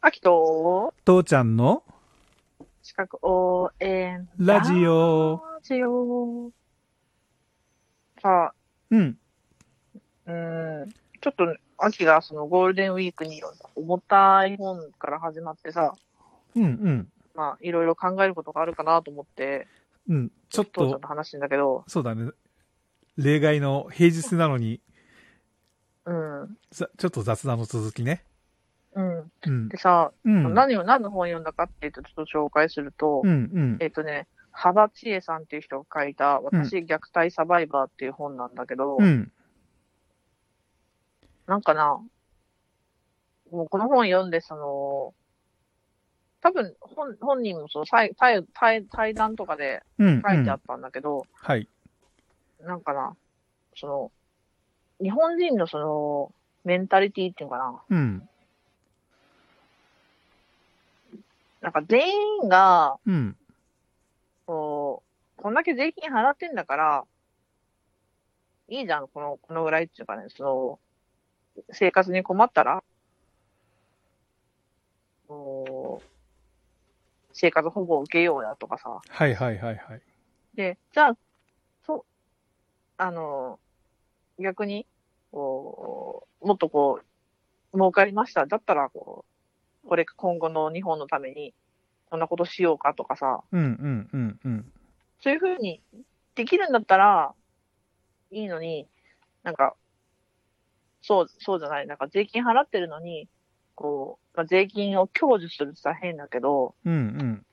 あきと、父ちゃんの近く応援。ラジオ。ラジオ。さうん。あ、うん、ちょっと、あきがそのゴールデンウィークに重たい本から始まってさ、うんうん。まあ、いろいろ考えることがあるかなと思って、うん。ちょっ父ちゃんとと、話してんだけど、そうだね。例外の平日なのに、うん、さちょっと雑談の続きね。うん。うん。でさ、うん。何を、何の本を読んだかっていうと、ちょっと紹介すると、うんうん。えっ、とね、幅千恵さんっていう人が書いた、私、虐待サバイバーっていう本なんだけど、うん。なんかな、もうこの本読んで、その、多分本本人もその対対対対談とかでうん。書いてあったんだけど、はい。なんかな、その、日本人のその、メンタリティっていうのかな、うん。なんか全員が、うん。こう、こんだけ税金払ってんだから、いいじゃん、この、このぐらいっていうかね、その、生活に困ったら、こう生活保護を受けようやとかさ。はいはいはいはい。で、じゃあ、そう、あの、逆に、こう、もっとこう、儲かりました。だったら、こう、これ、今後の日本のために、こんなことしようかとかさ、うんうんうんうん。そういうふうにできるんだったらいいのに、なんか、そう、そうじゃない、なんか税金払ってるのに、こう、まあ、税金を享受するって言ったら変だけど、うん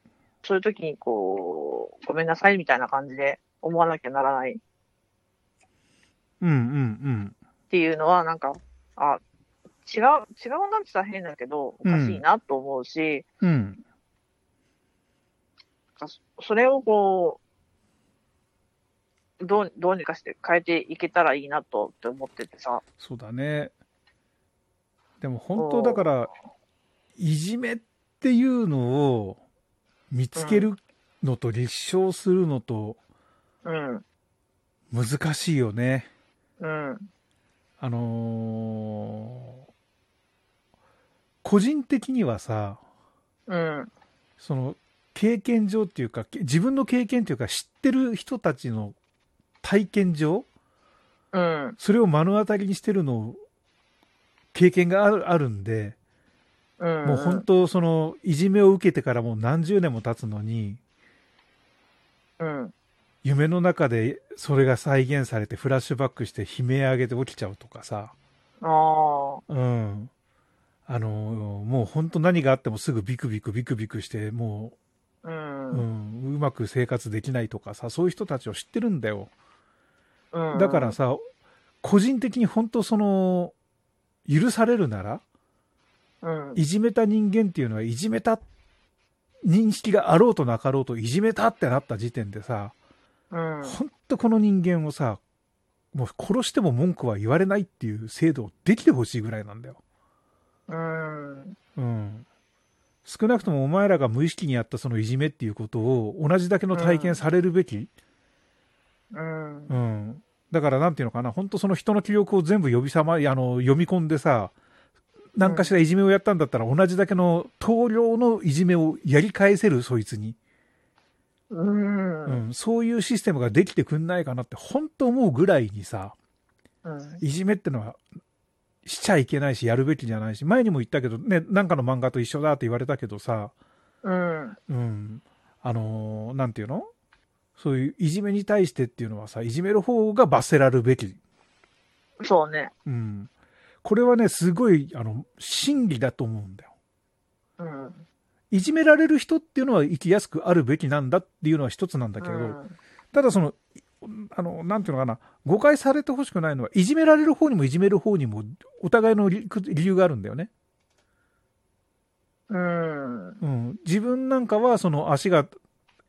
そういう時にこう、ごめんなさいみたいな感じで思わなきゃならないっうん。うんうんていうのは、なんか、あ、違う、違うなんて言ったら変だけど、おかしいなと思うし、うん。うん。なんかそれをこう、どう、どうにかして変えていけたらいいなとって思っててさ。そうだね。でも本当だから、いじめっていうのを見つけるのと立証するのとうん、難しいよね。うん、あのー個人的にはさ、うん、その経験上っていうか、け自分の経験っていうか知ってる人たちの体験上、うん、それを目の当たりにしてるのを経験があるあるんで、うん。もう本当そのいじめを受けてからもう何十年も経つのに、うん、夢の中でそれが再現されてフラッシュバックして悲鳴上げて起きちゃうとかさ、あうん。あの、もう本当何があってもすぐビクビクビクビクして、もあ、う、う、うんん、うまく生活できないとかさ、そういう人たちを知ってるんだよ。うん。だから、さ、個人的に本当その、許されるなら、うん、いじめた人間っていうのはいじめた認識があろうとなかろうと、いじめたってなった時点でさ、うん、本当この人間をさ、もう殺しても文句は言われないっていう制度をできてほしいぐらいなんだよ。うん、うん、少なくともお前らが無意識にやったそのいじめっていうことを同じだけの体験されるべき、うんう、んだからなんていうのかな本当その人の記憶を全部呼びさまあの読み込んでさ何かしらいじめをやったんだったら同じだけの同僚のいじめをやり返せるそいつに、うん、ううん、ん、そういうシステムができてくんないかなって本当思うぐらいにさいじめってのはしちゃいけないしやるべきじゃないし前にも言ったけどねなんかの漫画と一緒だって言われたけどさ、うん、うん、あのーなんていうのそういういじめに対してっていうのはさ、いじめる方が罰せられるべき。そうね。うん。これはね、すごい、あの、真理だと思うんだよ。うん。いじめられる人っていうのは生きやすくあるべきなんだっていうのは一つなんだけれど、ただその、いあの、なんていうのかな、誤解されてほしくないのは、いじめられる方にもいじめる方にも、お互いの理理由があるんだよね。うん、うん、自分なんかはその足が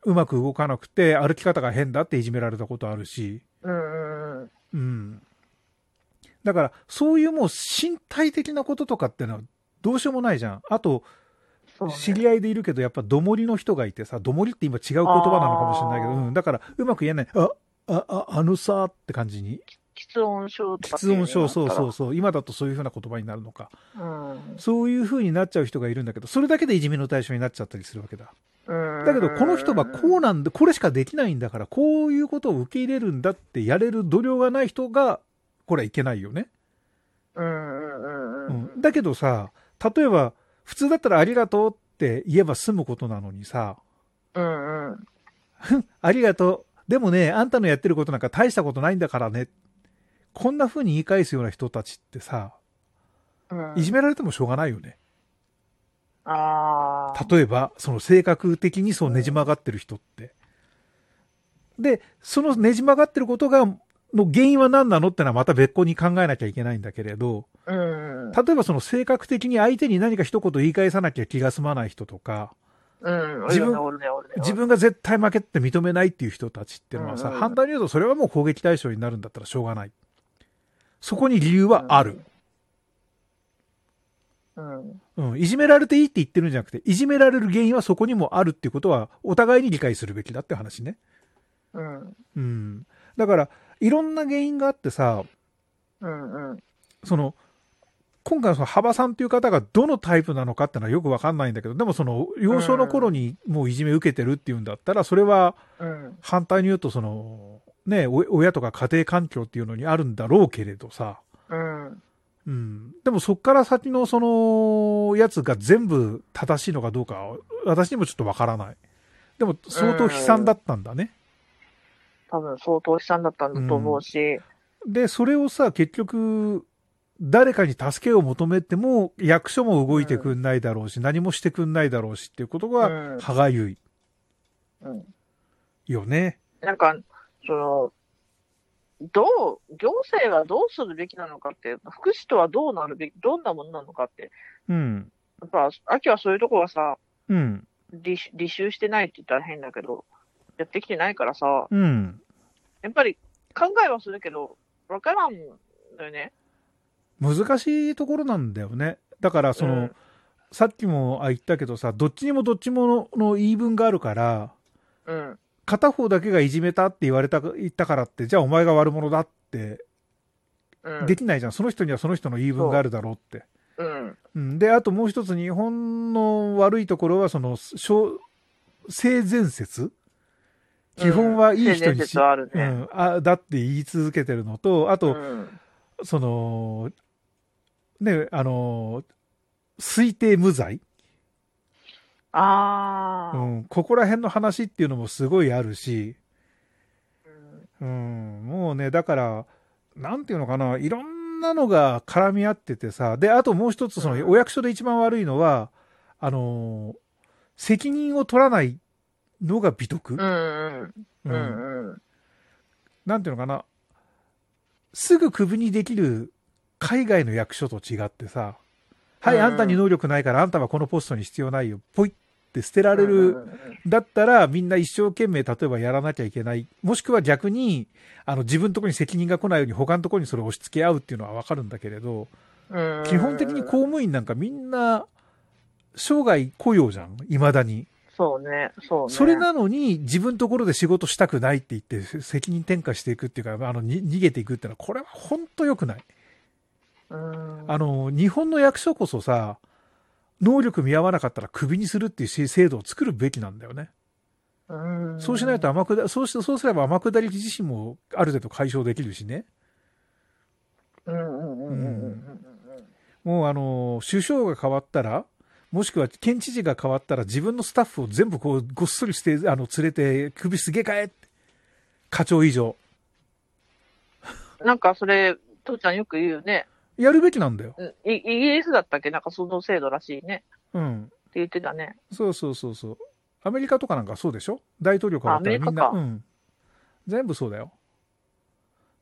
うまく動かなくて歩き方が変だっていじめられたことあるし、うん、うん、うん、だからそういうもう身体的なこととかってのはどうしようもないじゃんあとそうね。知り合いでいるけどやっぱどもりの人がいてさどもりって今違う言葉なのかもしれないけど、あーうん、だからうまく言えないああああのさって感じに喫音症とかってい喫音症、そうそううそう。今だとそういうふうな言葉になるのか。のになったそういうふうになっちゃう人がいるんだけど、それだけでいじめの対象になっちゃったりするわけだ。ら。うん。だけど、この人はこうななんだ、これしかできないんだから、こういうことを受け入れるんだってやれる度量がない人が、これはいけないよね。うんうんうんううんん。だけどさ、例えば、普通だったらありがとうって言えば済むことなのにさ、うんうん。ありがとう。でもね、あんたのやってることなんか大したことないんだからね。こんな風に言い返すような人たちってさ、うんいじめられてもしょうがないよね。ああ。例えば、その性格的にそうねじ曲がってる人って。で、そのねじ曲がってることが、の原因は何なのってのはまた別個に考えなきゃいけないんだけれど、うん。例えばその性格的に相手に何か一言言い返さなきゃ気が済まない人とか、うん。自分おるねおるねおるね自分が絶対負けって認めないっていう人たちっていうのはさ、うんうん反対に言うとそれはもう攻撃対象になるんだったらしょうがない。そこに理由はある。うん。うん、いじめられていいって言ってるんじゃなくて、いじめられる原因はそこにもあるっていうことは、お互いに理解するべきだって話ね。うん。うん。だから、いろんな原因があってさ、うん。うん。その、今回のその幅さんという方がどのタイプなのかってのはよくわかんないんだけど、でもその、幼少の頃にもういじめ受けてるっていうんだったら、それはうん。反対に言うと、その、ね、お親とか家庭環境っていうのにあるんだろうけれどさ、うん。うん。でもそっから先のその、やつが全部正しいのかどうかは、私にもちょっとわからない。でも相当悲惨だったんだね。多分相当悲惨だったんだと思うし。で、それをさ、結局、誰かに助けを求めても、役所も動いてくんないだろうし、何もしてくんないだろうしっていうことが、うん歯がゆいうん。よね。なんか、その、どう、行政がどうするべきなのかって、福祉とはどうなるべき、どんなものなのかって、うん。やっぱ、秋はそういうとこはさ、うん。履修履修してないって言ったら変だけど、やってきてないからさ、うん。やっぱり考えはするけど、わからんのよね。難しいところなんだよね。だから、その、うんさっきも言ったけどさ、どっちにもどっちもの言い分があるから、うん。片方だけがいじめたって言われた、言ったからって、じゃあお前が悪者だって、うん。できないじゃん。その人にはその人の言い分があるだろうって。うん。うん、で、あともう一つ日本の悪いところは、その、小性善説基本はいい人性に善し、説はあるうね。ん、あ、だって言い続けてるのと、あうと、ん。その、ね、あの、推定無罪、あうあ。ん、ここら辺の話っていうのもすごいあるし、うんうん、もうね、だから、なんていうのかな、いろんなのが絡み合っててさ、で、あともう一つ、そうんの、お役所で一番悪いのは、あのー責任を取らないのが美徳。うん。うん。ううんん。うん。なんていうのかな、すぐクビにできる海外の役所と違ってさ、はい、うんあんたに能力ないから、あんたはこのポストに必要ないよ、ポイって捨てられる、うんだったら、みんな一生懸命、例えばやらなきゃいけない。もしくは逆に、あの、自分のところに責任が来ないように、他のところにそれを押し付け合うっていうのはわかるんだけれど、うん。基本的に公務員なんかみんな、生涯雇用じゃん、未だに。そうね、そうね。それなのに、自分のところで仕事したくないって言って、責任転嫁していくっていうか、あの、に逃げていくっていうのは、これは本当良くない。うん、あの、日本の役所こそさ、能力見合わなかったらクビにするっていう制度を作るべきなんだよね。うん、そうしないと、天下り、そうし、そうすれば天下り自身もある程度解消できるしね。うんうんうんうんうんうんもうあの、首相が変わったら、もしくは県知事が変わったら自分のスタッフを全部こう、ごっそりして、あの、連れて、首すげ替えって課長以上。うん。なんかそれ、父ちゃんよく言うよね。やるべきなんだよ。うんイイギリスだったっけなんかその制度らしいね。うん。って言ってたね。そうそうそうそう。アメリカとかなんかそうでしょ大統領変わったらみんあな、アメうリん。全部そうだよ。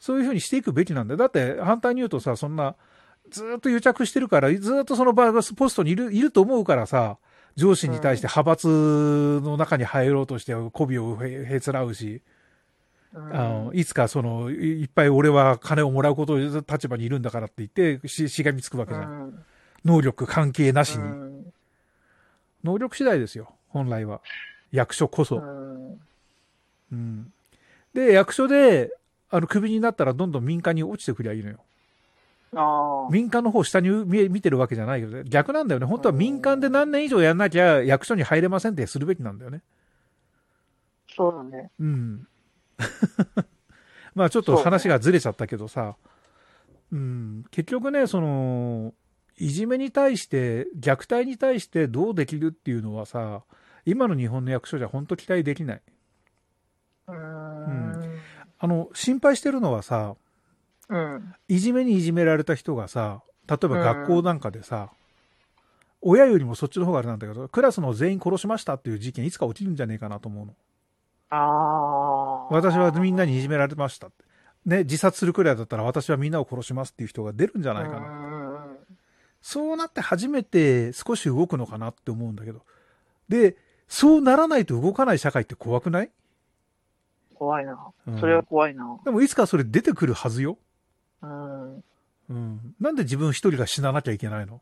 そういうふうにしていくべきなんだよ。だって反対に言うとさ、そんな、ずーっと癒着してるから、ずーっとそのバーガスポストにいる、いると思うからさ、上司に対して派閥の中に入ろうとして、媚びをへへつらうし、うんあの、いつかその、いいっぱい俺は金をもらうことを立場にいるんだからって言って、し、しがみつくわけじゃん。うん能力関係なしうに。ん能力次第ですよ、本来は。役所こそ。うんうん、で、役所で、あの、クビになったらどんどん民間に落ちてくりゃいいのよ。あ民間の方下に見え見てるわけじゃないけど、逆なんだよね。本当は民間で何年以上やんなきゃ役所に入れませんってするべきなんだよね。あ、そうだね。うん。 まあちょっと話がずれちゃったけどさ、うん、結局ね、その、いじめに対して、虐待に対してどうできるっていうのはさ、今の日本の役所じゃ本当期待できない。うーん。あの、心配してるのはさ、うん。いじめにいじめられた人がさ、例えばうん学校なんかでさ、親よりもそっちの方があれなんだけど、クラスの全員殺しましたっていう事件いつか起きるんじゃねえかなと思うの。ああ。私はみんなにいじめられましたって。ね、自殺するくらいだったら私はみんなを殺しますっていう人が出るんじゃないかな。な。そうなって初めて少し動くのかなって思うんだけど。で、そうならないと動かない社会って怖くない、怖いな。うんそれは怖いな。でもいつかそれ出てくるはずよ。うん。うん。なんで自分一人が死ななきゃいけないの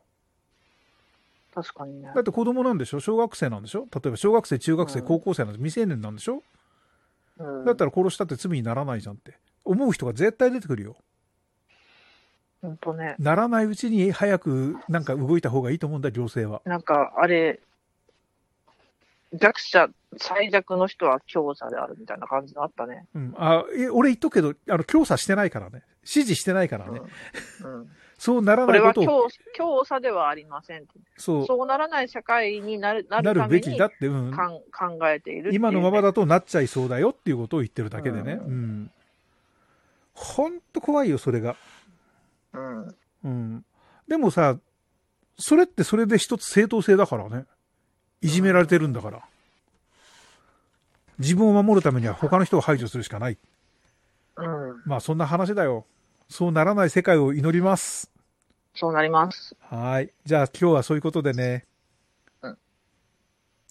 確かにね。だって子供なんでしょ小学生なんでしょ例えば小学生、中学生、うん高校生なんで未成年なんでしょうんだったら殺したって罪にならないじゃんって。思う人が絶対出てくるよ。ほんとね。ならないうちに早くなんか動いた方がいいと思うんだ、行政は。なんか、あれ、弱者、最弱の人は強者であるみたいな感じがあったね。うん。あ、え、俺言っとくけど、あの、強査してないからね。指示してないからね。うん。うんそうならこなれいはこと強を、強者ではありませんって。そう、そうならない社会になるななるたるめべきにだって、うん。かん考えているっていう今のままだとなっちゃいそうだよっていうことを言ってるだけでね。ううんん。ほんと怖いよ、それが。うん。うん。でもさ、それってそれで一つ正当性だからね。いじめられてるんだから。自分を守るためには他の人を排除するしかない。うん。まあそんな話だよ。そうならない世界を祈ります。そうなります。はい。じゃあ今日はそういうことでね。